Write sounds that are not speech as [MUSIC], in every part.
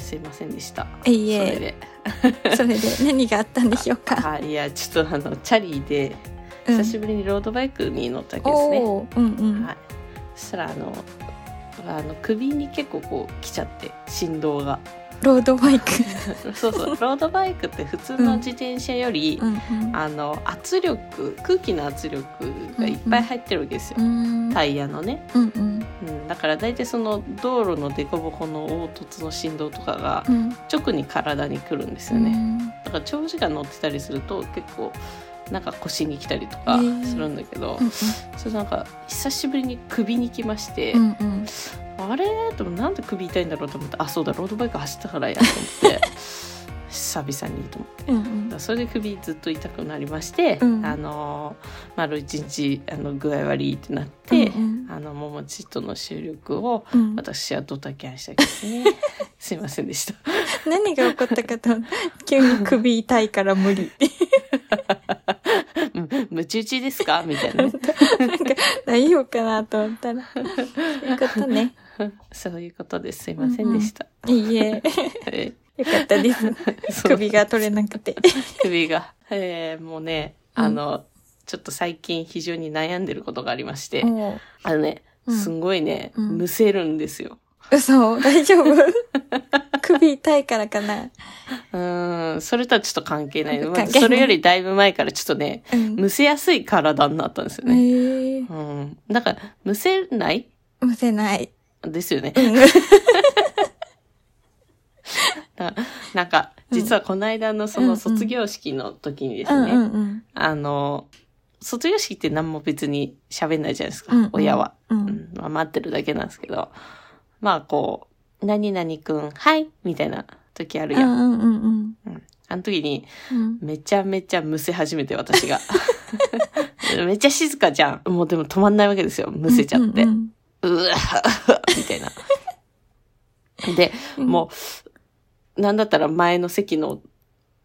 すいませんでしたえいそれえで [LAUGHS] それで何があったんでしょうか、はいいやちょっとあのチャリでうん、久しぶりにロードバイクに乗ったわけですね、おーうんうん、はいそしたらあのあの首に結構こう来ちゃって振動がロードバ [LAUGHS] イク、そう [LAUGHS] そうロードバイクって普通の自転車より、うんうん、あの圧力空気の圧力がいっぱい入ってるわけですよ、うんタイヤのね、うんうんうん、だから大体その道路の凸凹の凹凸の振動とかがうん直に体に来るんですよね、だから長時間乗ってたりすると結構なんか腰に来たりとかねするんだけど、うんそれなんか久しぶりに首に来まして、うんうんあれと思ってなんで首痛いんだろうと思ってあそうだロードバイク走ったからやと思って [LAUGHS] 久々にと思って。うんうんそれで首ずっと痛くなりまして、うんあのー丸一日あの具合悪いってなって、うんうんあのももちとの収録をうん私はドタキャンしたわけです [LAUGHS] ねすいませんでした何が起こったかと急に首痛いから [LAUGHS] 無理うんムチ打ちですかみたいなねなんか大丈夫かなと思ったらそういうことね [LAUGHS] そういうことですすいませんでした、いいええよかったですそう首が取れなくて首が、えーもうねうんあの、ちょっと最近非常に悩んでることがありまして、もあのねうんすんごいね、うんむせるんですよう嘘大丈夫 [LAUGHS] 首痛いからかなうーんそれとはちょっと関係ない。まあ関係ないそれよりだいぶ前からちょっとね、うんむせやすい体になったんですよね。へえうん。だから、むせないむせないですよね。うんだからなんか、実はこの間のそうんうのん卒業式の時にでうすんね、うんあの、卒業式って何も別に喋んないじゃないですか、うんうん親は。ううんん。まあ待ってるだけなんですけど。まあこう、何々くん、はいみたいな時あるうんやん。うんうんうんうん、あの時に、うんめちゃめちゃむせ始めて私 [LAUGHS] が。めっちゃ静かじゃん。もうでも止まんないわけですよ。むせちゃって。ううんうんわ [LAUGHS] みたいな。で、うんもう、なんだったら前の席の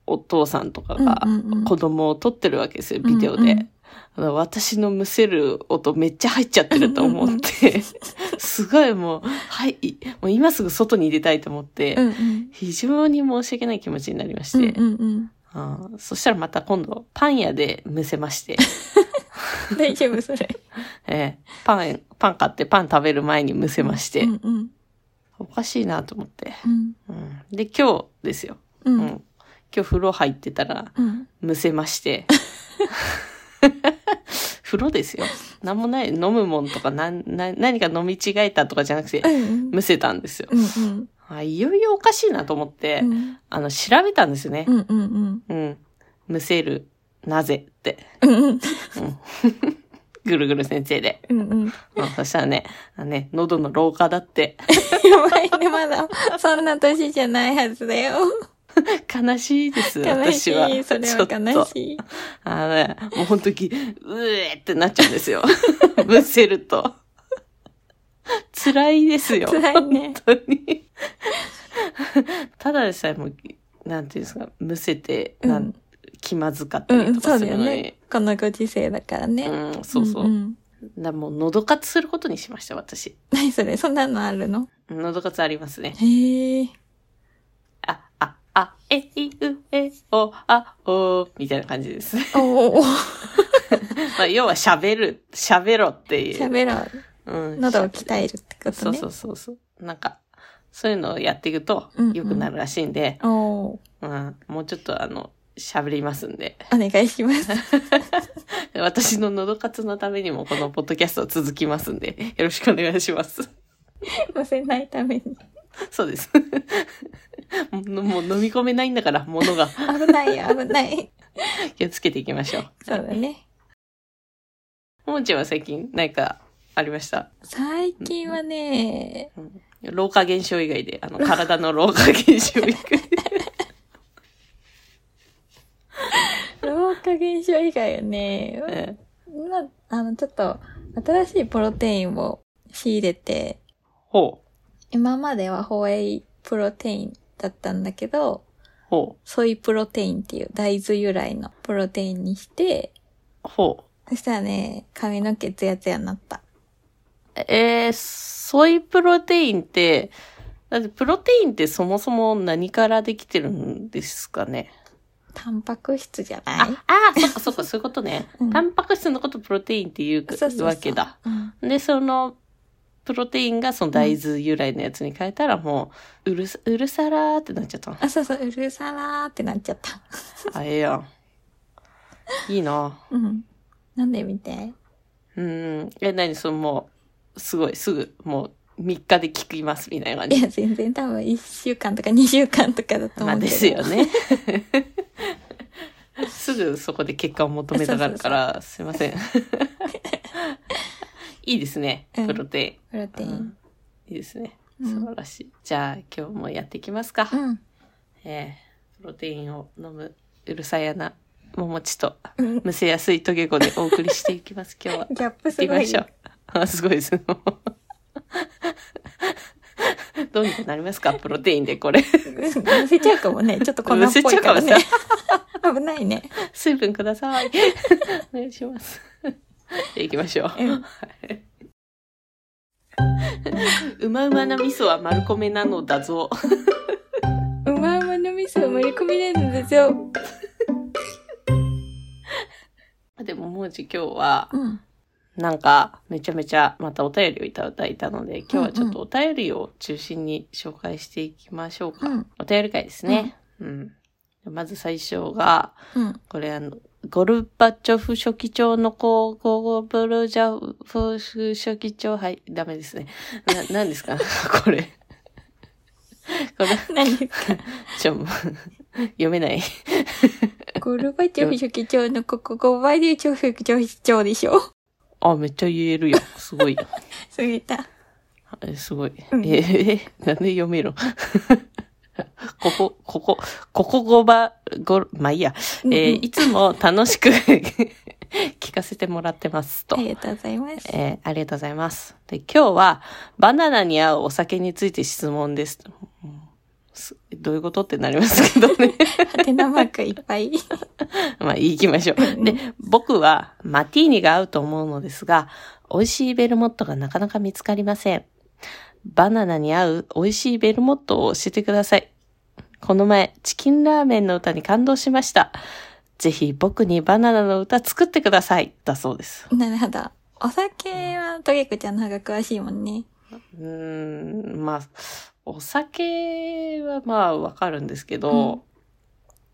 お父さんとかがうんうんうん子供を撮ってるわけですよ、ビデオで。うんうんあの私のむせる音めっちゃ入っちゃってると思って、すごいもう、はい、いもう今すぐ外に出たいと思って、うんうん非常に申し訳ない気持ちになりまして、うんうんうんあーそしたらまた今度、パン屋でむせま [LAUGHS] して、大丈夫それえーパン、パン買ってパン食べる前にむせまして、うんうんおかしいなと思って、うんうんで、今日ですよ。ううんん今日風呂入ってたら、うんむせまして。 [LAUGHS] 風呂ですよ。なんもない、飲むもんとか、なん、な、何か飲み違えたとかじゃなくてう、んむせたんですよ。うんうんあいよいよおかしいなと思って、うんあの、調べたんですよねう。んうんうんうん。むせる、なぜって、うんぐるぐる先生で。うんうんうんそしたらね、あのね、喉の老化だって、やばいねまだそんな年じゃないはずだよ悲しいです、悲私しは。いそれはちょ悲っとしいあのね、もうほんとき、うえってなっちゃうんですよ。 [LAUGHS] むせると。辛いですよ。辛いね本当に。 [LAUGHS] ただでさえもう、なんていうんですか、むせて、うんなん気まずかったうりんとそかうすだるよのに。ねこのご時世だからねうん、そうそう。んだからもう喉活することにしました、私。 [LAUGHS] 何それそんなのあるの喉活ありますね。へえあ、あ、あ、え、い、う、え、お、あ、お、みたいな感じです。 [LAUGHS] おおまあ、要は喋る、喋ろっていう。喋ろううん喉を鍛えるってことねそうそうそうそう。なんか、そういうのをやっていくとうんうん良くなるらしいんで、おおうんもうちょっとあの、喋りますんで。 [LAUGHS] お願いします私の喉活のためにもこのポッドキャストは続きますんで、よろしくお願いします。 [LAUGHS] むせないためにそうです。 [LAUGHS] もうもう飲み込めないんだから、物が危ないよ危ない気をつけていきましょう。そうだねももちゃんは最近何かありました最近はね老化現象以外で、あの、体の老化現象以外で。 [LAUGHS] 老化現象以外はねええまああのちょっと新しいプロテインを仕入れてほう、今まではホエイプロテインだったんだけどほソイプロテインっていう大豆由来のプロテインにしてう、ほう。そしたらね、髪の毛ツヤツヤになった。えー、ソイプロテインって、だってプロテインってそもそも何からできてるんですかねタンパク質じゃなあい、あー、そっかそっか、そういうことね。 [LAUGHS] うんタンパク質のことプロテインっていうそうそうそうわけだ。。うんで、その、プロテインがその大豆由来のやつに変えたらもう、うるさ、うるさらーってなっちゃったの。あ、そうそう、うるさらーってなっちゃった。 [LAUGHS] あ、ええやん。いいなうん。飲んでみて。うん。え、なにそのもう、すごい、すぐ、もう、3日で効きます、みたいな感いじ。や、全然多分1週間とか2週間とかだとま思あうけど。ですよね。すぐそこで結果を求めたがるから、すいま [LAUGHS] せん。いいですね、うんプロテプロテイイン。ン。いいですね。うん素晴らしい。じゃあ、今日もやっていきますか。うん。えープロテインを飲むうるさやなももちとうん。むせやすいトゲコでお送りしていきます、今日は。ギャップ行 [LAUGHS] すきごまい。しょう。あ、すごいです。もう [LAUGHS] どうにかなりますかプロテインでこれ。むせちゃうかも [LAUGHS] ね。ちょっと粉っぽいからねむせ。 [LAUGHS] 危ないね。水分くださ [LAUGHS] い。お願いします。で行きましょう。うんはい。うまうまな味噌は丸米なのだぞ。うまうまの味噌を盛り込みれるんですよ。でも、もうじ今日は、うん。なんか、めちゃめちゃ、またお便りをいただいたので、今日はちょっとお便りを中心に紹介していきましょうか。うん。お便り会ですね。うん。まず最初が、うん。これあの、ゴルバチョフ書記長の子、ゴゴブルジャフ書記長、はい、ダメですね。な、何ですか [LAUGHS] これ。これ、 [LAUGHS] 何ですかちょ、もう [LAUGHS] 読めない。ゴルバチョフ書記長のここ、ゴバリュチョフ書記長でしょ [LAUGHS] あ、めっちゃ言えるよ。すごい。すぎた。えすごい。えうんー、なんで読めろ [LAUGHS] ここ、ここ、ここごば、ご、まあいいや。えーうんいつも楽しく [LAUGHS] 聞かせてもらってますとあ。りがとうございます。えーありがとうございます。で、今日はバナナに合うお酒について質問です。うんすどういうことってなりますけどね。はてなマークいっぱ [LAUGHS] い。まあ、行きましょう。で、僕はマティーニが合うと思うのですが、美味しいベルモットがなかなか見つかりません。バナナに合う美味しいベルモットを教えてください。この前、チキンラーメンの歌に感動しました。ぜひ僕にバナナの歌作ってください。だそうです。なるほど。お酒はトゲクちゃんの方が詳しいもんね。うーん、まあ、お酒はまあわかるんですけど、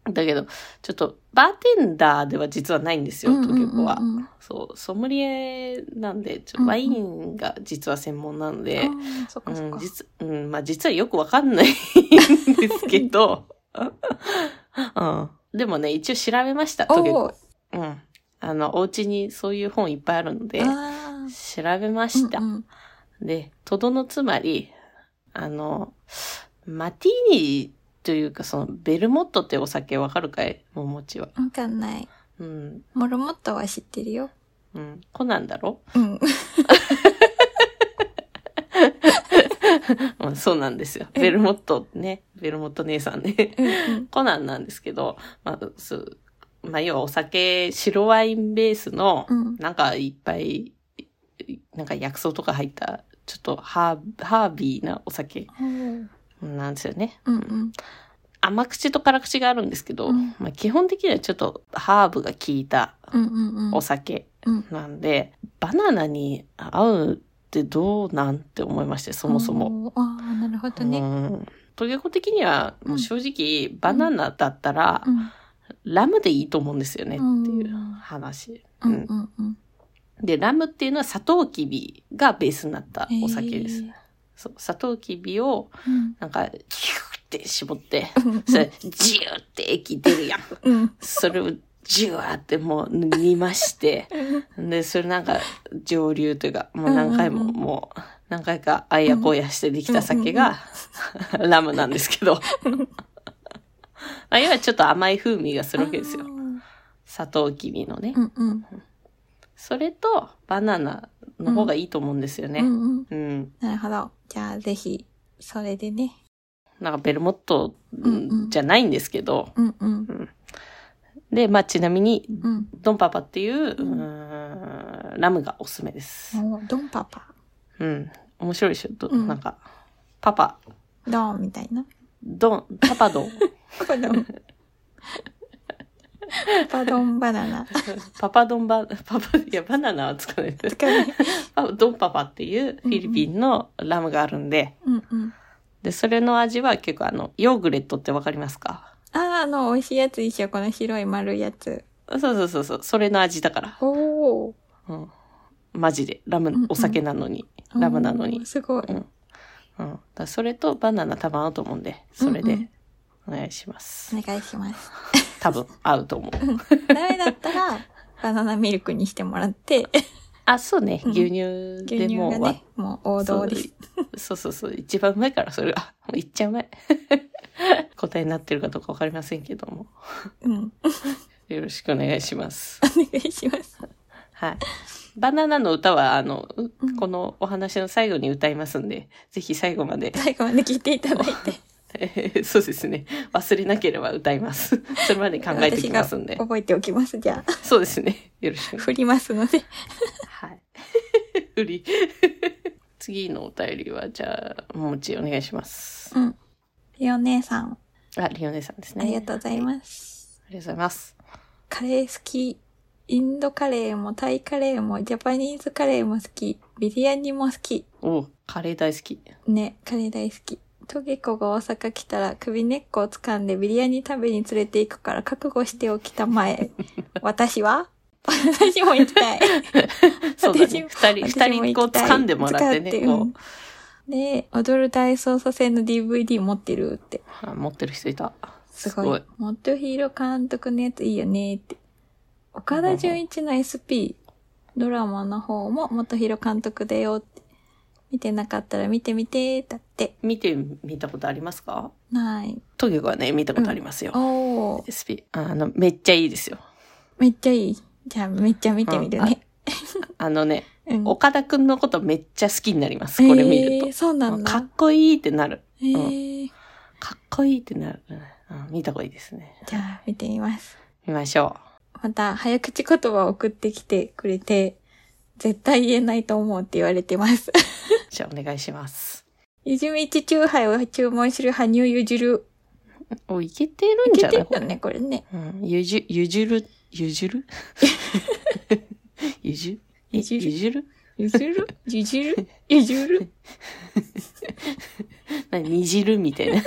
だけど、ちょっとバーテンダーでは実はないんですよ、トゲコはう。んうんそう、ソムリエなんで、ちうんうょんワインが実は専門なんうで、んうんあーそっうかそっん、か。実、うん、まあ実はよくわかんないんですけど、 [LAUGHS] うん。でもね、一応調べました、トゲおコ。ーうん。あの、お家にそういう本いっぱいあるので、あー調べました。うんうんで、とどのつまり、あの、マティーニというか、その、ベルモットってお酒わかるかいももちは。わかんない。うん。モルモットは知ってるよ。うん。コナンだろうん。うん、そうなんですよ。ベルモットね。ベルモット姉さんね。うんうんコナンなんですけど、まあ、そう、まあ、要はお酒、白ワインベースの、うん。なんかいっぱい、なんか薬草とか入った、ちょっとハー、ハービーなお酒うんなんですよね。うん。甘口と辛口があるんですけど、うんまあ、基本的にはちょっとハーブが効いたうんうんうん。お酒うんなんで、バナナに合うってどうなんて思いまして、そもそも。おー。ああ、なるほどね。うんトゲコ的にはもう正直、バんナナだったら、うん。ラムでいいと思うんですよねっていううん話。うんうんうん。で、ラムっていうのはサトウキビがベースになったお酒です。へー。そうサトウキビをうんなんかギューって絞 [LAUGHS] って、うん [LAUGHS] それジューって液出るやん。うん。それをジュワーってもう煮まして、うんで、それなん [LAUGHS] か上流というか、もう何回も、うんうんうんもう何回かあいやこうやしてできた酒が、 [LAUGHS] ラムなんですけど。あ要はちょっと甘い風味がするわけですあよ。ー砂糖きびのね。うんうん。それとバナナの方がいいと思うんですようね。んうん。うん。なるほど。じゃあ、ぜひ、それでね。なんかベルモットんうんじゃないんですけど。うんうん。で、まあちなみに、うん。ドンパパっていう、うんうーんラムがおすすめです。おードンパパ。うん。面白いでしょ、どうんなんか、パパ、ドンみたいな。ドン、パパドン。パパドン。パパドンバナナ。パパドンバ、 [LAUGHS] パパ、いや、バナナはつかないですつ。かない。パパドンパパっていうフィリピンのラムがあるんで、うんうん。で、それの味は結構あの、ヨーグレットってわかりますかあー、あの、美味しいやつ一緒。この白い丸いやつ。そうそうそうそう、それの味だから。おお。うん。マジで、ラんうんム、お酒なのに、ラムなのに。すごい。うん。うん。だからそれとバナナ多分合うと思うんで、それうんうでんお願いします。お願いします。多分合うと思う。ダメだったら、バナナミルクにしてもらって、あ、そうね。うん牛乳牛で乳もうが割ね、もう王道です。そうそうそう。一番うまいから、それは。もういっちゃうまい。 [LAUGHS] 答えになってるかどうかわかりませんけども。うん。よろしくお願いします。お願いします。はい。バナナの歌は、あの、ううんこのお話の最後に歌いますんで、ぜひ最後まで、 [LAUGHS] 最後まで聞いていただいて。えーそうですね。忘れなければ歌います。それまでに考えてきますん私でが。覚えておきます。じゃあ、そうですね。よろしくお願いし振りますので。ます。 [LAUGHS] はい。うり。 [LAUGHS] 次のお便りは、じゃあ、ももちお願いします。うん。リオ姉さん、あ、リオネさんですあね。りがとうございす。ます。ありがとうございます。カレー好き。インドカレーもタイカレーもジャパニーズカレーも好き。ビリヤニも好き。おうカレー大好き。ね、カレー大好き。トゲコが大阪来たら首根っこを掴んでビリヤニ食べに連れて行くから覚悟しておきた [LAUGHS] まえ。私は [LAUGHS] 私も行きたい。 [LAUGHS] そうだね。二人、二私も人行こうきたい掴んでもらって使ね、こんで、踊る大捜査線の DVD 持ってるって。う、あ持ってる人いた。すごい。モトヒロ監督のやついいよねって。岡田准一の SP、ドラマの方もモトヒロ監督だよって。見てなかったら見てみて、だって。見てみたことありますかない。トゲはね、見たことありますよ。おー、 SP。あの、めっちゃいいですよ。めっちゃいい。じゃあめっちゃ見てみるね。あのね、うん。岡田くんのことめっちゃ好きになります。これ見ると。えーそうなんかだっ。こいいってなる。えー、かっこいいってなる。うん見た方がいいですね。じゃあ見てみます。見ましょまた、早口言葉を送ってきてくれて、絶対言えないと思うって言われてます。う。[LAUGHS] じゃあお願いします。ゆじみチチューハイを注文する羽生ゆじる。お、いけてるんじ聞ゃいなているよね、これね。うんゆじ、ゆじる、ゆじる [LAUGHS] ゆじゆじるゆじるゆじるゆじ [LAUGHS] るゆじるな煮汁みたいな。 [LAUGHS] い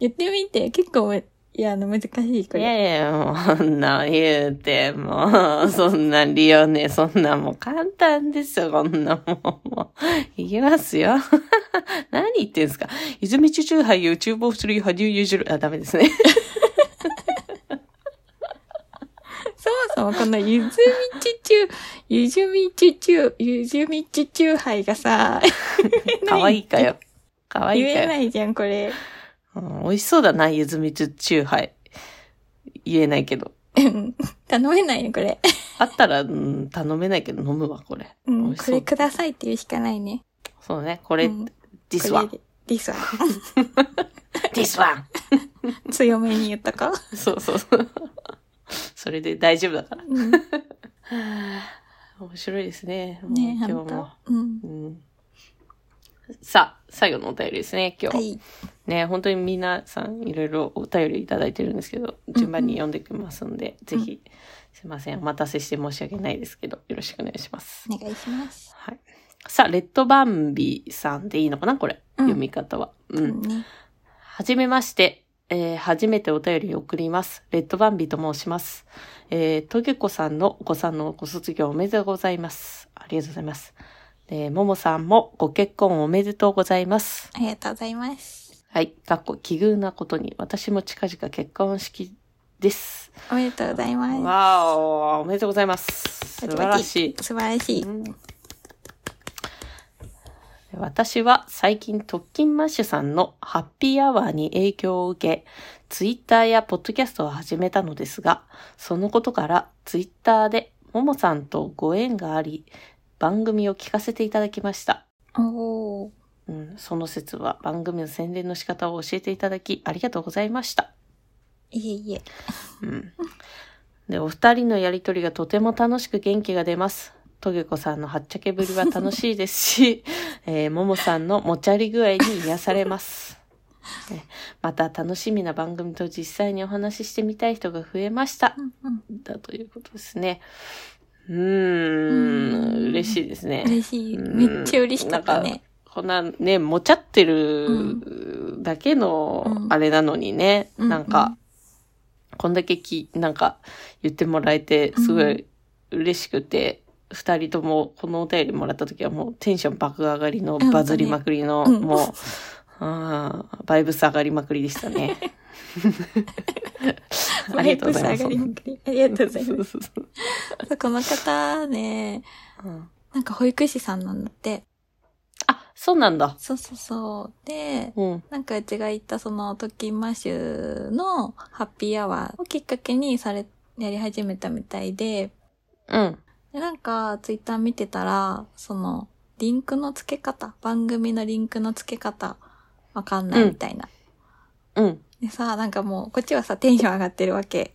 言ってみて、結構、いや、あの、難しい、これ。やいや、もう、そんな言うて、もう、そんな利用ね、そんなもう簡単ですよ、こんなもん。もう、 [LAUGHS] いきますよ。何言ってんすか。泉チュチューハイを厨房する羽生結弦。あ、ダメです [LAUGHS] ね。そもそもこのゆずみチチュー、ゆじみチチュー、ゆじみチチューハイがさ、かわいいかよ。かわい言いかえよ。ないじゃん、これ。うん、美味しそうだな、泉チュチューハイ。言えないけど。うん頼めないよ、これ。あったら、うん、頼めないけど飲むわ、これ。う美ん、味しこそうれくださいって言うしかないね。そうね、これ、うんですこわれ。で。ですわ。 this one! [LAUGHS] 強めに言ったか。そうそうそう。それで大丈夫だから。 [LAUGHS] うん面白いですね。もうねえ、今日本も。当。うん。うんさあ、最後のお便りですね、今日。はい。ね、本当に皆さんいろいろお便りいただいてるんですけど、順番に読んできますんで、ぜひ、すいません、お待たせして申し訳ないですけど、よろしくお願いします。お願いします。はい。さあ、レッドバンビさんでいいのかなこれ、うん読み方は。う。うんんね。はじめまして。えー初めてお便りを送ります。レッドバンビと申します。えー、トゲコさんのお子さんのご卒業おめでとうございます。ありがとうございます。えー、ももさんもご結婚おめでとうございます。ありがとうございます。はい。かっこ奇遇なことに、私も近々結婚式です。おめでとうございます。わおおめでとうございます。素晴らしい。素晴らしい。私は最近特勤マッシュさんのハッピーアワーに影響を受け、ツイッターやポッドキャストを始めたのですが、そのことからツイッターでももさんとご縁があり、番組を聞かせていただきました。おー。うん、その説は番組の宣伝の仕方を教えていただき、ありがとうございました。いえいえ。うんで、お二人のやりとりがとても楽しく元気が出ます。トゲ子さんのはっちゃけ [LAUGHS] ぶりは楽しいですし、えーももさんの持ち歩り具合に癒されます。 [LAUGHS] また楽しみな番組と実際にお話ししてみたい人が増えました。うんうん。だということですね。うーうんん、嬉しいですね。嬉しい。うんめっちゃ嬉しかったなんね。こんなね、もちゃってうるだけうのんあれなのにね、うんなんか、こんだけき、なんか言ってもらえて、すごい嬉しくて、二人ともこのお便りもらった時はもうテンション爆上がりのうんバズりまくりの、うんもう、 [LAUGHS] あーバイブス上がりまくりでしたね。ありがとうございますバイブス上がりまく [LAUGHS] りありがとうございまそす。うそうそうこの方ね、そううんなんか保育士さんなんだって。あ、そうなんだ。そうそうそう。で、うん。なんかうちが行ったそのトキンマッシュのハッピーアワーをきっかけにされ、やり始めたみたいで、うん。でなんかツイッター見てたら、そのリンクの付け方、番組のリンクの付け方、わかんないみたいな。 [LAUGHS] うん。でさ、なんかもうこっちはさ、テンション上がってるわけ。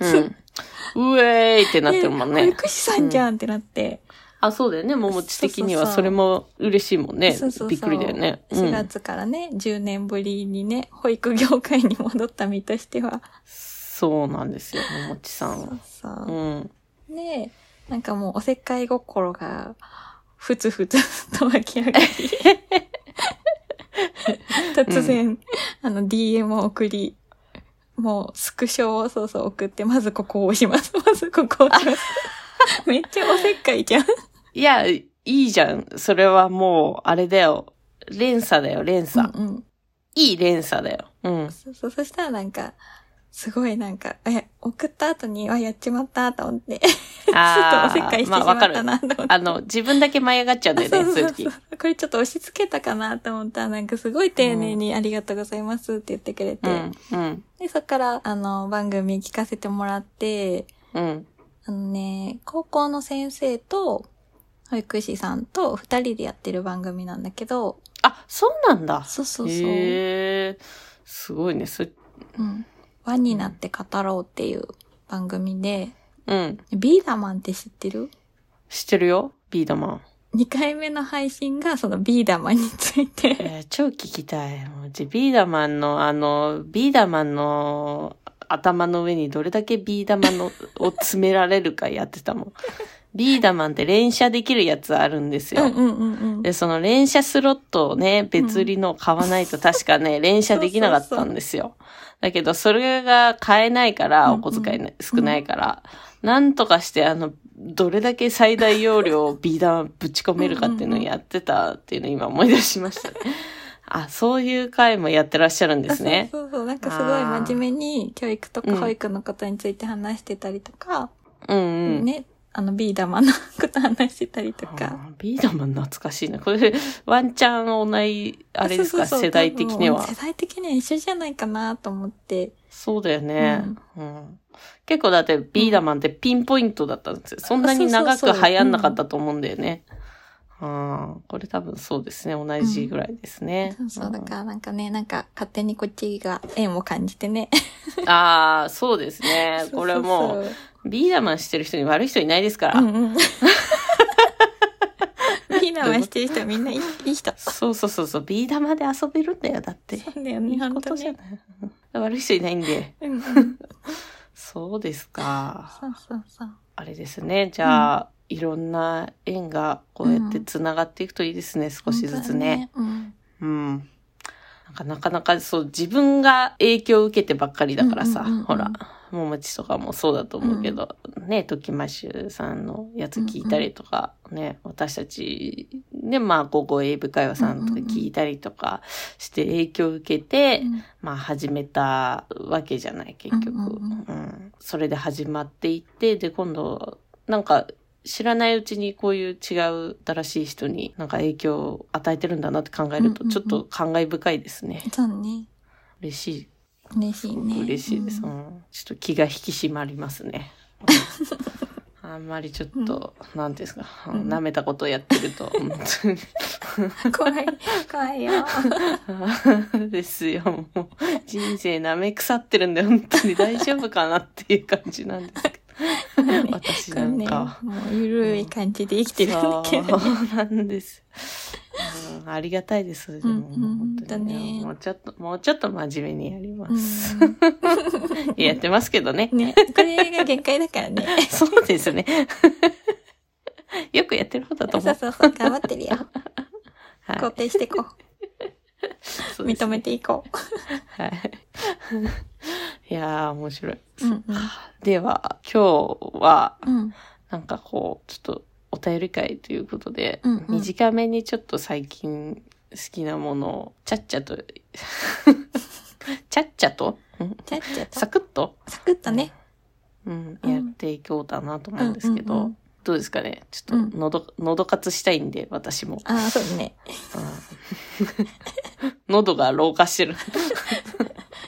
うん。うえーいってなってるもんえ保 [LAUGHS] ね。育士さんじゃんってなって、あ、そうだよね。桃地的にはそうそうそうそれも嬉しいもんねそうそうそ。うびっくりだよね。う4ん。月からね、10年ぶりにね、保育業界に戻った身としては。そうなんですよ、桃地さんは。そうそうう。ん。で、なんかもうおせっかい心が、ふつふつと [LAUGHS] 湧き [LAUGHS] 上がり。突然、あの、DM を送り、もう、スクショをそうそう送って、まずここを押します。まずここを押し [LAUGHS] ます。めっちゃおせっかいじゃん。いや、いいじゃん。それはもう、あれだよ。連鎖だよ、連鎖。うんうんいい連鎖だよ。うん。そうそう、そしたらなんか、すごいなんか、え、送った後に、あ、やっちまったと思 [LAUGHS] って、ちょっと [LAUGHS] おせっかいしてしまあ、まわっかたる。なと思って。あの、自分だけ舞い上がっちゃうんだよね、そういう時。これちょっと押し付けたかなと思ったら、なんかすごい丁寧にありがとうございますって言ってくれて、うん、うん、で、そっから、あの、番組聞かせてもらって、うん。あのね、高校の先生と、保育士さんと二人でやってる番組なんだけど、あ、そうなんだ。そうそうそう、へえ、すごいね。そうん。輪になって語ろうっていう番組で、うん。ビーダマンって知ってる知ってるよ、ビードマン。二回目の配信がそのビーダマンについ [LAUGHS] て。えー超聞きたい。もうじビーダマンの、あの、ビーダマンの頭の上にどれだけビーダマンのを詰められるかやってたもん。ビーダマンって連射できるやつあるんですうんよ。うんうんうん。で、その連射スロットをね、別売りのを買わないと確か [LAUGHS] ね、連射できなかったんですよ。だけど、それが買えないかうんら、うおん小遣いね少ないから、なんとかして、あの、どれだけ最大容量をビーダーぶち込めるかっていうのをやってたっていうのを今思い出しま [LAUGHS] したね。あ、そういう回もやってらっしゃるんですね。そうそうそう。なんかすごい真面目に教育とか保育のことについて話してたりとか、うんうん。ね、あのビーダマンのこと話してたりとか。あービーダマン懐かしいな。これ、ワンチャン同じ、あれですか、そうそうそう世代的に多は分。世代的には一緒じゃないかなと思って。そうだよね、うん結構だってビーダマンってピンポイントだったんですよ。そんなに長くそうそうそう流行んなかったと思うんだよね。ああ、これ多分そうですね。同じぐらいですね。そうそう。だからなんかね、なんか勝手にこっちが縁を感じてね。。うんああ、そうですねそうそうそうこれもう、ビーダマンしてる人に悪い人いないですから。うんうん。 [LAUGHS] ビーダマンしてる人はみんないいいい人。そうそうそうそう、ビー玉で遊べるんだよ、だって。いそうだいよね、こ本当とじゃね。ない。悪い人いないんで。うんうん。そうですか。そうそうそう。あれですね。じゃあ、いろんな縁がこうやって繋がっていくといいですね。少しずつね。本当だね。うん。なんかなかなかそう、自分が影響を受けてばっかりだからさ、うんうんうんうんほら、ももちとかもそうだと思うけど、ね、ときましゅさんのやつ聞いたりとか、ね、私たち、ね、まあ、午後英語会話さんとか聞いたりとかして影響を受けて、うんまあ、始めたわけじゃない、結局。うんうんうんそれで始まっていって、で、今度、なんか、知らないうちにこういう違う新しい人になんか影響を与えてるんだなって考えるうんうんうと、んちょっと感慨深いですね。そうね。嬉しい。嬉しいすごね。く嬉しいです。ううんんちょっと気が引き締まります [LAUGHS] ね。あんまりちょっと、なんていうんですか、うん舐めたことをやってると、本当に怖い、怖いよ。 [LAUGHS] ですよ。もう人生舐め腐ってるんで、本当に大丈夫かなっていう感じなんですけど。私こなれんね、かもは。うゆるい感じで生きてるんだけどね。そうなんです。うんありがたいです。でもうんうん本当にだねもうちょっと、もうちょっと真面目にやりまうす。ん。やってますけどね。ね、これが限界だからね。そうですね。よくやってる方だとそう思。そううそう、頑張ってるよ。はい肯定していこ。そううです認めていこはい。いやー、面白い。う。うんうん。では、今日は、うん。なんかこう、ちょっとお便り会ということで、うんうん短めにちょっと最近好きなものを、ちゃっちゃ [LAUGHS] と、ちゃっちゃと、うんちゃっちゃとサクッと、サクッとね。うん、うんやっていこうかなと思うんですけど、うんうんうんどうですかねちょっと喉、喉活したいんで、私も。ああ、そうだね。うん [LAUGHS] 喉が老化してる。 [LAUGHS]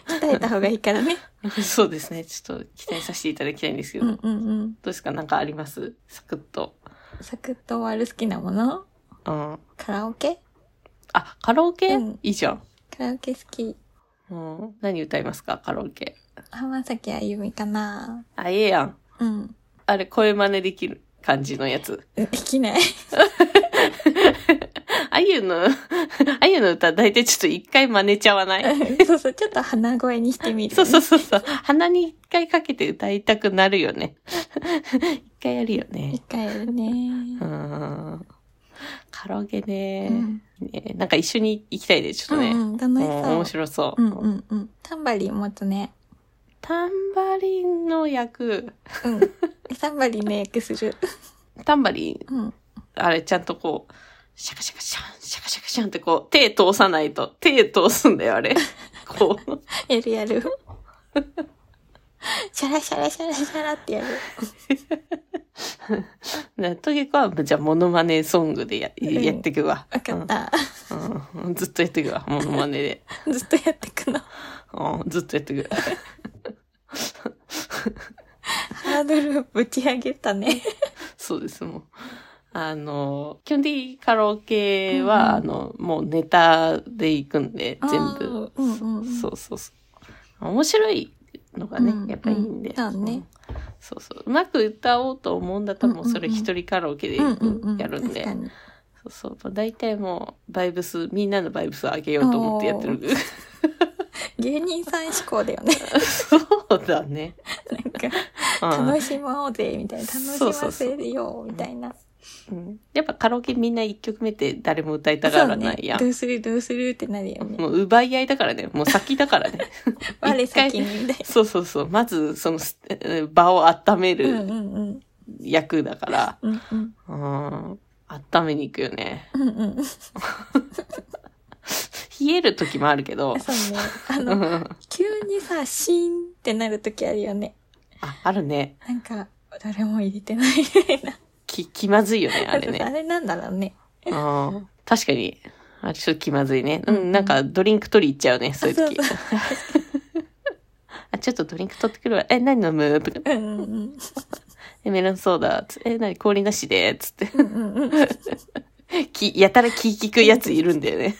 鍛えた方がいいからね。そうですね。ちょっと期待させていただきたいんですけど、うどんうんうん。うですかなんかありますサクッと。サクッと終わる好きなものうん、カラオケあ、カラオケ、うんいいじゃん。カラオケ好き。うん、何歌いますかカラオケ。浜崎あゆみかなあ、ええやん。うん。あれ、声真似できる感じのやつ。 [LAUGHS] できない。あゆの、 [LAUGHS] あゆの歌大体ちょっと一回真似ちゃわ [LAUGHS] ないそうそう、ちょっと鼻声にしてみる。そうそうそうそう。鼻に一回かけて歌いたくなるよね。 [LAUGHS] 一回やるよね一。回やるねう。ん。カラオケね,、うんね。なんか一緒に行きたいで、ちょっとね。うんうん、楽しうんそ面う。白そうう、んうんうん。タンバリン持つね。タンバリンの役、うん。 [LAUGHS] タンバリンの役する。タンバリン、うん。あれちゃんとこう、シャカシャカシャン、シャカシャカシャンってこう、手通さないと、手通すんだよ、あれ。こう、やるや [LAUGHS] る。シャラシャラシャラシャ [LAUGHS] ラってやる。なとげこは、じゃあモノマネソングでや、んやっていくわ。わかった。うんうんずっとやっていくわ、モノマネで。ずっとやってくの。うんずっとやっていく。ハードルぶち上げたね。そうです、もう。あの、基本的にカラオケは、うんあの、もうネタで行くんで、全部。。うんうん。そうそうそう。面白いのがね、うんやっぱいいんで。うんそうねんそうそう。うまく歌おうと思うんだったら、もうそれうんうんうん一人カラオケでうんうんうん。やるんで。確かにそうそう。まあ大体もう、バイブス、みんなのバイブスを上げようと思ってやってる。芸人さん思考だよね。 [LAUGHS] そうだね。なんか、うん楽しまおうぜ、みたいな。楽しませよう、みたいな。うん。やっぱカラオケみんな一曲目って誰も歌いたがらないやんそうね。どうするどうするってなるよね。もう奪い合いだからね。もう先だからね。 [LAUGHS] 我一回先に、みたいそうそうそう。まず、その、すえー場を温めな。うんるうんうん。役だから、うんうん。うん、温めに行くよね。うんうん。冷える時もあるけど、 [LAUGHS] そうね。あうの、ん急にさ、シーンってなるときあるよね。あ、あるね。なんか、誰も入れてないみたいな。き、気まずいよね、あれそうそうあね。れなんだろうね。うん確かに、あれちょっと気まずいね。う、うんんなんかドリンク取り行っちゃうね、そういう時あそ。あ、ちょっとドリンク取ってくるわ。え、何飲むとか。うんうんうん。え、メロンソーダ。つえ、何氷なしで。つ [LAUGHS] って。うんうんうん。き、やたら気利くやついるんだよ [LAUGHS] ね。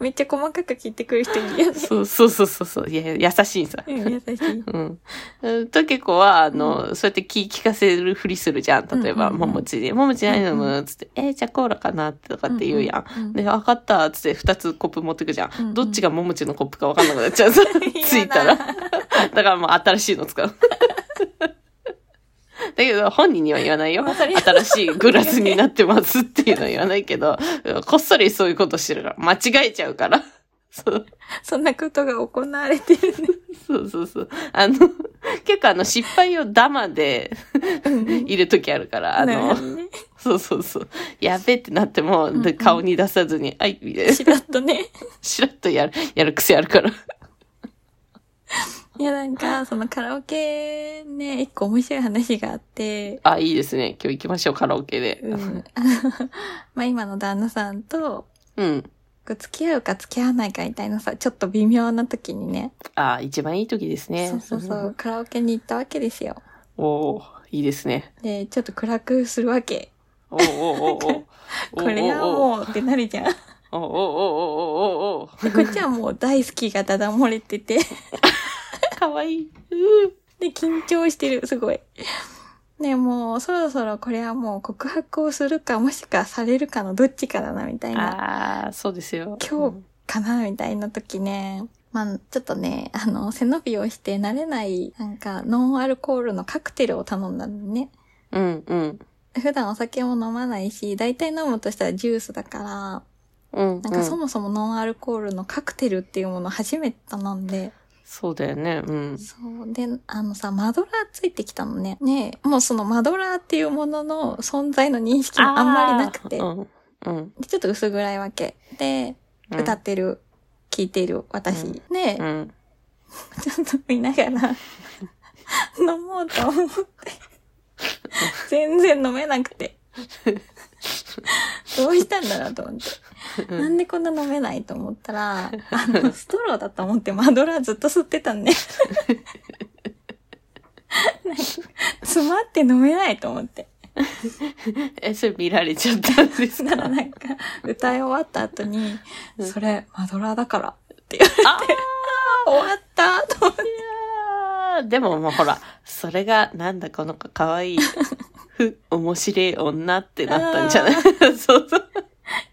めっちゃ細かく聞いてくる人いるよね。そうそうそうそうそう。いや、優しいさ。うん、優しい。うん。うんとけこは、あの、そうやって気聞かせるふりするじゃん。例えば、うんうんもうんもちで、ももち何飲むつって、えーじゃあコーラかなってとかって言うやん。うんうんうんで、わかったっつって二つコップ持ってくじゃん。うんうんどっちがももちのコップかわかんなくなっちゃう。 [LAUGHS] ついたら。嫌だだからもう新しいの使う。 [LAUGHS] だけど、本人には言わないよ。まあそれは新しいグラスになってますっていうのは言わないけど、こっそりそういうことしてるから、間違えちゃうから。そう。そんなことが行われてるね。そうそうそう。あの、 [LAUGHS] 結構あの、失敗をダマでいる時あるから、 [LAUGHS] あなるのほ、どね。そうそうそう。やべってなっても、で顔に出さずに、はい、みたいなしらっとね。 [LAUGHS] しらっとやる、やる癖あるから。いや、なんか、そのカラオケね、一個面白い話があって、あ、いいですね。今日行きましょう、カラオケで。うん [LAUGHS] まあ今の旦那さんと、うん。こう付き合うか付き合わないかみたいなさ、ちょっと微妙な時にね、あ、一番いい時ですね。そうそうそんう、。カラオケに行ったわけですよ。おーいいですね。で、ちょっと暗くするわけ。おーおーおーおー [LAUGHS] これはもうってなる [LAUGHS] じゃん。おーおーおーおーおーおーおーで、こっちはもう大好きがだだ漏れて [LAUGHS] て、かわいい。うーで、緊張してる、すごい。ねえもうそろそろこれはもう告白をするかもしくはされるかのどっちかだなみたいな、ああ、そうですよ。今日かなみたいな時ね。まあちょっとね、あの、背伸びをして慣れない、なんかノンアルコールのカクテルを頼んだのね。うん、うん、普段お酒も飲まないし、大体飲むとしたらジュースだかうら、ん。うんなんかそもそもノンアルコールのカクテルっていうもの初めて頼んで、そうだよね。うん。そう。で、あのさ、マドラーついてきたのね。ねえもうそのマドラーっていうものの存在の認識もあんまりなくて、あーうん、うん。でちょっと薄暗いわけ。で、うん歌ってる、聴いてる、私。うんで、うん。ちょっと見ながら、飲もうと思って。全然飲めなくて。どうしたんだろうと思って。なんでこんな飲めないと思ったら、あの、ストローだと思ってマドラーずっと吸ってたんで。なんか詰まって飲めないと思って。え、それ見られちゃったんです [LAUGHS] なかあらなんか、歌い終わった後に、うんそれ、マドラーだからって言われて、あ終わったと思って。ーでももうほら、それがなんだこの子かわいい、ふ、面白い女ってなったんじゃない [LAUGHS] そうそう。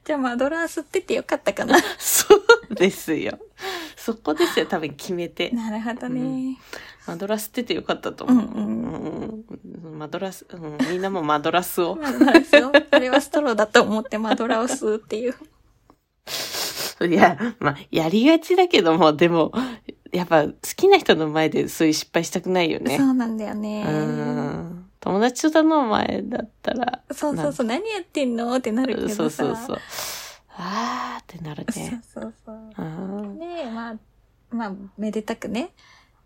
じゃあマドラー吸っててよかったかな。そうですよ。そこですよ、多分決めて。なるほどね。マドラスっててよかったと思う。うんうんうんうんマドラス、うん、みんなもマドラスを。マドラー吸おう。あれはストローだと思ってマドラーを吸うっていう。いや、まあ、やりがちだけども、でも、やっぱ好きな人の前でそういう失敗したくないよね。そうなんだよね。うん。友達との前だったら、そうそうそう、何やってんのってなるけどさ。そうそうそう。あーってなるね。そうそうそううん。で、まあ、まあ、めでたくね、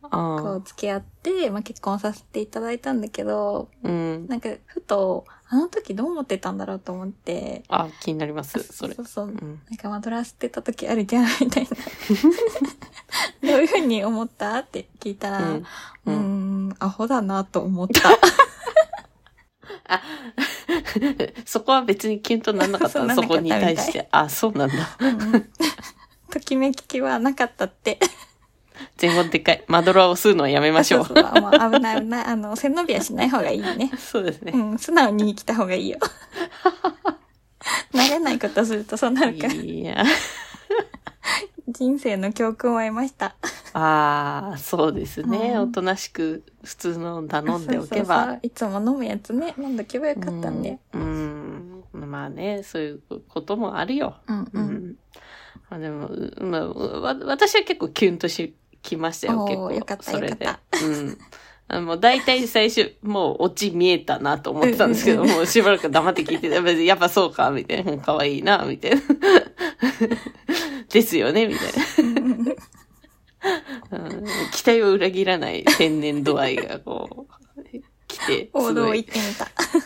こあう付き合って、まあ結婚させていただいたんだけど、うん。なんか、ふと、あの時どう思ってたんだろうと思って、あ、気になります、それそ。うそう。うん。なんか、マドラー吸ってた時あるじゃん、[LAUGHS] みたいな。どういうふうに思ったって聞いたら、ううんん、うアホだなと思った。 [LAUGHS] そこは別にキュンとなんなかっ [LAUGHS] そたうなんそなこかったにみたい対して。あ、そうなんだ。うん [LAUGHS] ときめきはなかったって。前後でかい。マドラーを吸うのはやめましょう。そうそうもう危ない危ない。あの、背伸びはしない方がいいね。そうですねう。ん、素直に生きた方がいいよ。慣れないことするとそうなるから、いや。人生の教訓を得ました。ああ、そうですね。うんおとなしく普通のを頼んでおけそうそうそば。ういつも飲むやつね、飲んどけばよかったんで。うん。うんまあね、そういうこともあるよ。うんううん。ん。まあでも、うまあ、わ私は結構キュンとし、きましたよ、おー結構。よかったそれでよか。うん。あもう大体最初、もうオチ見えたなと思ってたんですけど、うんうんもうしばらく黙って聞い [LAUGHS] てて、やっぱそうか、みたいな。うん可愛いな、みたいな。 [LAUGHS] ですよね、みたいな。う [LAUGHS] ん期待を裏切らない天然度合いがこう、来て。王す道ご行っい。てみ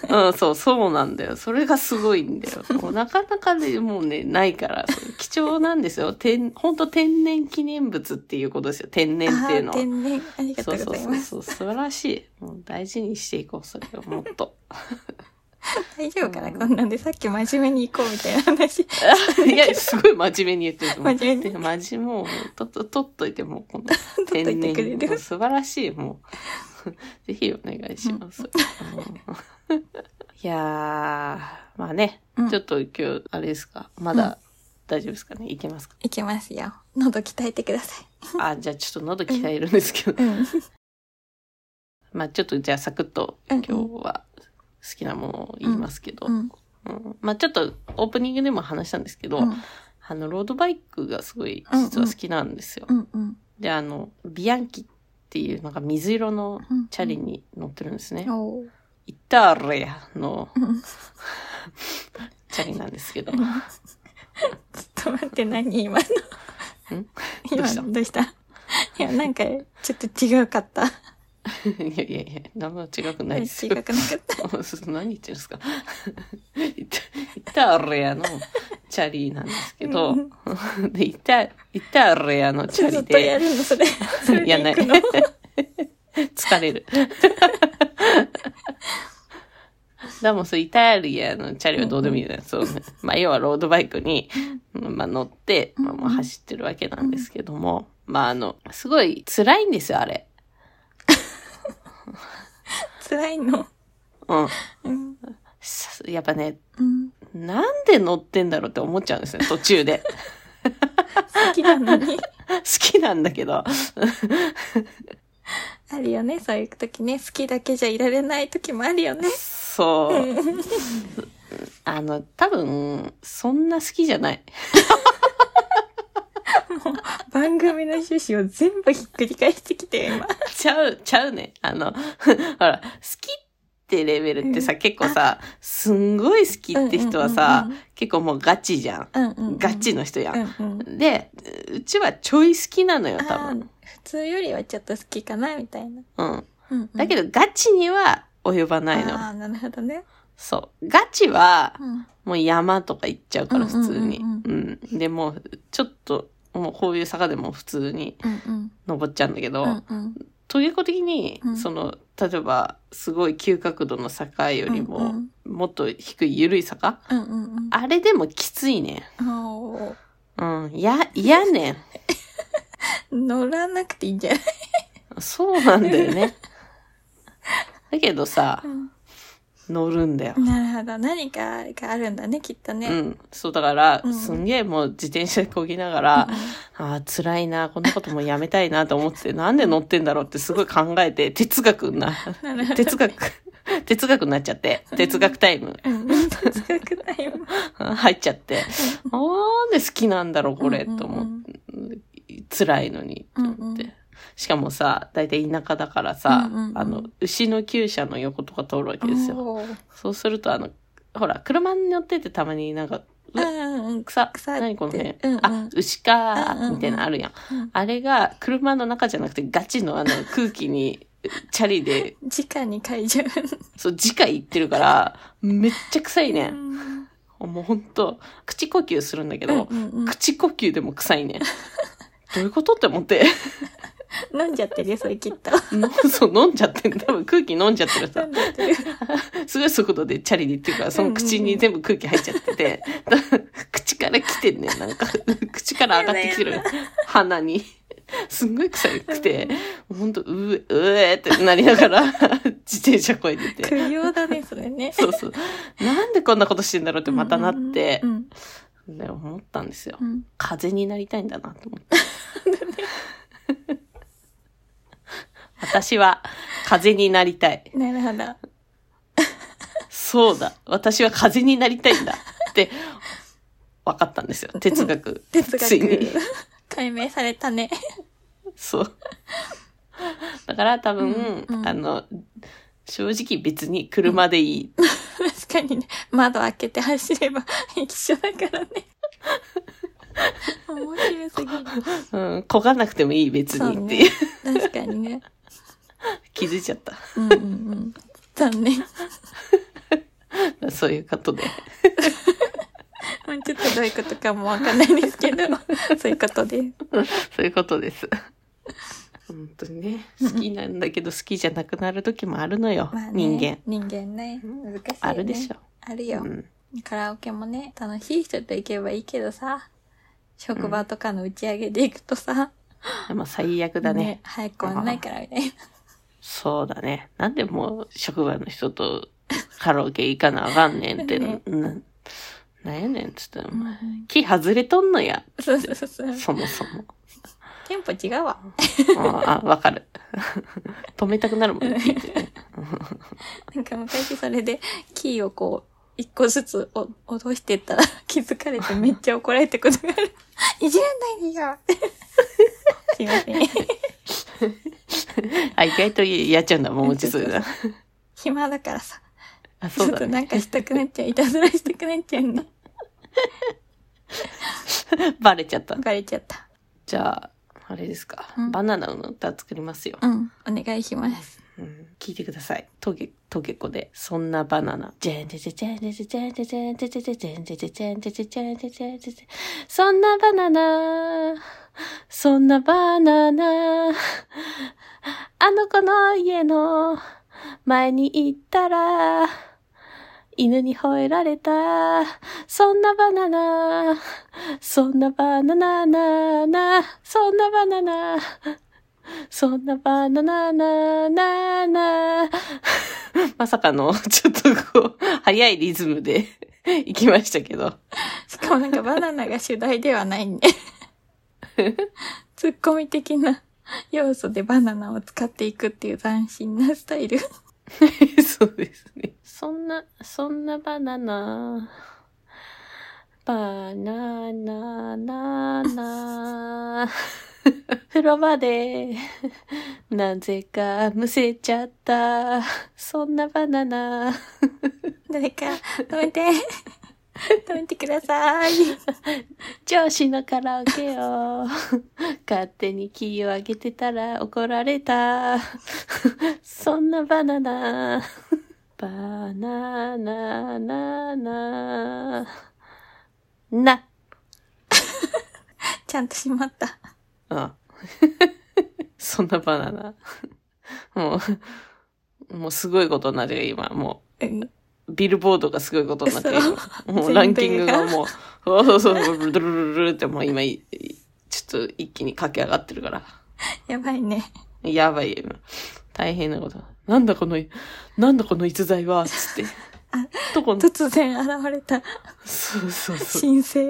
た。うん、そう、そうなんだよ。それがすごいんだ [LAUGHS] よ。もうなかなかね、もうね、ないから、貴重なんですよ。天、本当天然記念物っていうことですよ。天然っていうのは。あー天然。ありがそうとうそごうざいそうます。そう、素晴らしい。もう大事にしていこう、それをもっと。 [LAUGHS] 大丈夫かな、うんこんなんでさっき真面目に行こうみたいな話。いや、すごい真面目に言ってる。真面目に。真面目もう、と、と、とっといて、もう、この、取っといてくもれうる。素晴らしい、も [LAUGHS] う。ぜひお願いします。うん [LAUGHS] いやー、まあね、うんちょっと今日、あれですか、まだ大丈夫ですかね、いけますか。いきますよ。喉鍛えてくださあ、じゃあちょっと喉鍛えるんですけどい。、うん。 [LAUGHS] まあちょっとじゃあサクッとうんう今ん日は好きなものを言いますけど、うん。うんまあちょっとオープニングでも話したんですけど、うんあの、ロードバイクがすごい実は好きなんですよ。うんうん。で、あの、ビアンキっていうなんか水色のうんチャリに乗ってるんですね。お [LAUGHS] ーイタリアのうんチャリなんですけど。ちょっと待って、何今の。ど今うしたどうしたいや、なんか、ちょっと違うかった。 [LAUGHS] いやいやいや、何も違くないです違よく。なか [LAUGHS] った。何言ってるんですかイタイタリアのチャリなんですけど、でイタイタリアのチャずリっとやで、るの、 [LAUGHS] それ。それでやんない。行くの [LAUGHS] 疲れる。でもそう、イタリアのチャリはどうでもいいじゃないそうね。まあ、要はロードバイクに、まあ、乗って、まあ、もう走ってるわけなんですけども、まあ、あの、すごい辛いんですよ、あれ。辛いの。うん。うん。さやっぱね、うん。なんで乗ってんだろうって思っちゃうんですね、 [LAUGHS] 途中で。好きなのに。好きなんだけど。あるよね、そういう時ね。好きだけじゃいられない時もあるよね。そう。あの、多分、そんな好きじゃない。番組の趣旨を全部ひっくり返してきて、今。ちゃう、ちゃうね。あの、 [LAUGHS] ほら、好きってレベルってさ、結構さ、すんごい好きって人はさ、結構もうガチじゃん。うんうんうん、うんうんうんガチの人や。うんんうん。で、うちはちょい好きなのよ、多ああ分。ー、普通よりはちょっと好きかな、みたいな。うん。うんうん、だけど、ガチには及ばないの。ああ、なるほどね。そう。ガチは、うん。もう山とか行っちゃうから、普通に。ううんんで、もう、ちょっと、もうこういう坂でも普通にうんうん。登っちゃうんだけど、うんうん。トゲコ的に、うんその、例えば、すごい急角度の坂よりも、うんもっと低い緩い坂うんうんあれでもきついね。うん。おーうん。や、嫌ねん。乗らなくていいんじゃないそうなんだよ [LAUGHS] ね。だけどさ、乗るんだよ。なるほど。何かがあるんだね、きっとね。ううんん。そう、だから、うんすんげえもう自転車で漕ぎながら、ああ、辛いな、こんなこともやめたいなと思 [LAUGHS] って、なんで乗ってんだろうってすごい考えて、哲学な、なるほど。 [LAUGHS] 哲学、哲学になっちゃって、哲学タイムうん。哲学タイム。入っちゃって、なんで好きなんだろう、これ、と思って。て。辛いのに、と思って。うんうんしかもさ、大体田舎だからさ、うんうんうんあの、牛の厩舎の横とか通るわけですよ。おーそうすると、あの、ほら、車に乗っててたまになんか、うんうんうん。草、草って何この辺、うんうんあ、牛かうんうんうんー、みたいなのあるやん。うんあれが、車の中じゃなくて、ガチ [LAUGHS] のあの、空気に、チャリで、直に嗅いじゃう。そう、直行ってるから、めっちゃ臭いねう。んもうほんと、口呼吸するんだけうんど、うんうん。口呼吸でも臭い [LAUGHS] ね。どういうことって思って。 [LAUGHS] 飲んじゃってるよ、それきっと。のそう、飲んじゃってる。多分空気飲んじゃってる飲さん。じ [LAUGHS] ゃってる。すごい速度でチャリで行ってるから、その口に全部空気入っちゃって [LAUGHS] て。口から来てんねん。なん [LAUGHS] か、口から上がってきてるや。鼻に。すんごい臭くて、ほんと、うえ、うえってなりな [LAUGHS] がら、自転車こいで苦て。行だね、それね。そうそう。なんでこんなことしてんだろうってまたなってう、んね思ったんですよう。ん風になりたいんだなと思って。 [LAUGHS] 私は風になりたい。うん。なるほど。そうだ。私は風になりたいんだ。って、分かったんですよ。哲学。哲ついに学。。解明されたね。そう。だから多分、うんうんあの、正直別に車でいい。確かにね、窓開けて走れば一緒だからね。面白すぎる。うん、焦がなくてもいい別にっていう。確かにね。気づいちゃった。うんうんうん。残念。もそういうことで。うちょっとどういうことかもわかんないですけど、そういうことです。そういうことです。本当にね、好きなんだけど好きじゃなくなる時もあるのよ。まあね、人間。。人間ね。難しい、ね。あるでしょ。あるよう。ん。カラオケもね、楽しい人と行けばいいけどさ、職場とかの打ち上げで行くとさ、まあ最悪だね。早く終わんないからみたいな。そうだね。なんでもう職場の人とカラオケ行かなあか [LAUGHS] んねんって、ねな、なんやねんっつって、お前うん気外れとんのや、そうそうそう。そもそも。テンポ違うわ。ああ、わかる。 [LAUGHS] 止めたくなるもんね、聞いてね。なんか昔それでキーをこう、一個ずつお落としてったら気づかれてめっちゃ怒られたことがある。いじらないでよすいません。あ、意外とやっちゃうんだ、桃地それだ。暇だからさ。あ、ちそょうっだとね。なんかしたくなっちゃう。いたずらしたくなっちゃうね。バレちゃった。バれちゃった。じゃあ、あれですか。うんバナナの歌作りますよ。うん。お願いします。うん聞いてください。トゲ、トゲコで、そんなバナナ。ジェンジェジェジェンジェジェジェジェジェジェンジェジェジェンジェジェジェンジェジェジェジェそんなバナナ。そんなバナナ。あの子の家の前に行ったら、犬に吠えられた。そんなバナナ。そんなバナナなな。そんなバナナ。そんなバナナナナナ [LAUGHS] まさかの、 [LAUGHS] ちょっとこう、早いリズムで [LAUGHS] 行きましたけど。 [LAUGHS] しかもなんかバナナが主題ではない [LAUGHS] ね。ツッコミ的な要素でバナナを使っていくっていう斬新なスタイル。そうですね。そんな、そんなバナナ。バナナナナ。風呂場で、 [LAUGHS] なぜかむせちゃった。そんなバナナ。誰か止めて。 [LAUGHS] 止めてください。上司のカラオケを勝手にキーを上げてたら怒られた。そんなバナナ。バナナナナ。な。ちゃんと閉まった。あそんなバナナ。もう、もうすごいことになるよ、今。もうん。う、ビルボードがすごいことになってるよ。も全う米がランキングがもう、そうそうそう、ドゥルルルルってもう今、いちょっと一気に駆け上がってるから。やばいね。やばいよ、今大変なこと。なんだこの、なんだこの逸材は、つって。どこの、突然現れたそうそうそう。新星。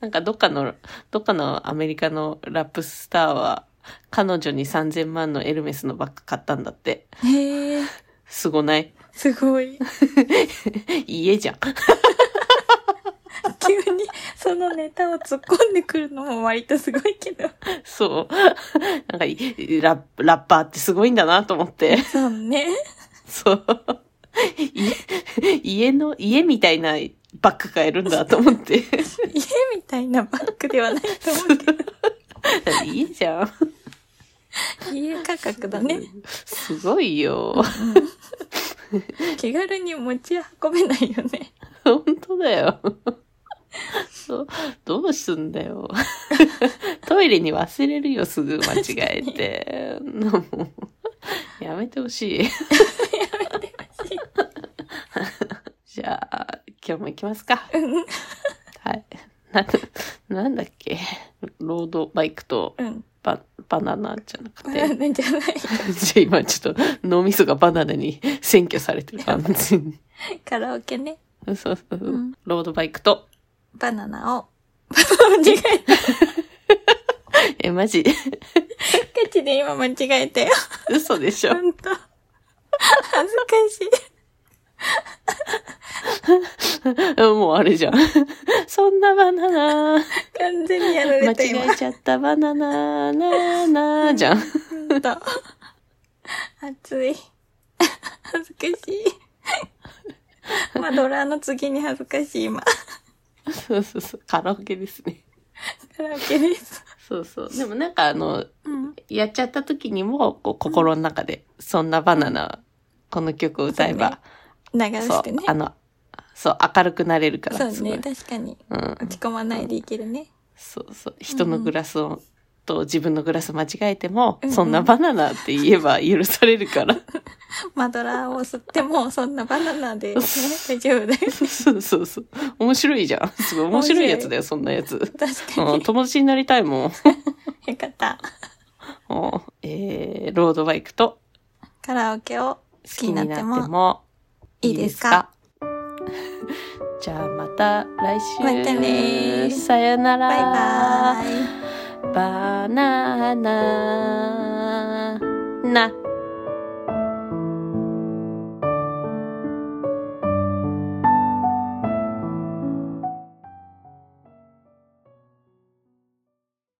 なんかどっかの、どっかのアメリカのラップスターは、彼女に3000万のエルメスのバッグ買ったんだって。へえ、すごないすごい。家じゃん。急にそのネタを突っ込んでくるのも割とすごいけど。そう。なんかいラップ、ラッパーってすごいんだなと思って。そうね。そう。い家の、家みたいなバッグ買えるんだと思って。 [LAUGHS] 家みたいなバッグではないと思うけ家じゃん。ど、家価格だね。すごいよ。気軽に持ち運べないよね。本当だよ。そうどうすんだよ。トイレに忘れるよ、すぐ間違えて。もうやめてほしい。じゃあ、今日も行きますか。うん。はい。な、なんだっけ。ロードバイクとうん。ババナナじゃなくバて。ナナじゃない。じゃあ今ちょっと脳みそがバナナに占拠されてる感じに。カラオケね。そうそうそう。うんロードバイクと。バナナを。間違えた。え、マジガチで今間違えたよ。 [LAUGHS] 嘘でしょほ。んと。恥ずかしい。もうあれじゃん。 [LAUGHS] そんなバナナ。完全にやら間れた今。違えちゃったバナナ、なーなーじゃん。ほんと。暑い。恥ずかしい。まあ、ドラの次に恥ずかしい今。そうそうそう。カラオケですね。カラオケです。そうそう。でもなんかあの、うん。やっちゃった時にも、こう、心の中で、そんなバナナ、この曲を歌えば、流そうしてね。あの、そう、明るくなれるから、そうすごいね。確かに。うん。落ち込まないでいけるね。そうそう。人のグラスを、と自分のグラス間違えても、うんうんそんなバナナって言えば許されるから。マドラーを吸っても、そんなバナナで、ね、大丈夫だよ。そうそうそう。面白いじゃん。すごい面白いやつだよ、そんなやつ。確かうにん、。友達になりたいもん。よかった。うんえー、ロードバイクとカラオケを好ききににななっっててももいいですかいいですか [LAUGHS] じゃあまた来週。またねーさよなら。バイバーイ。バナナ。な。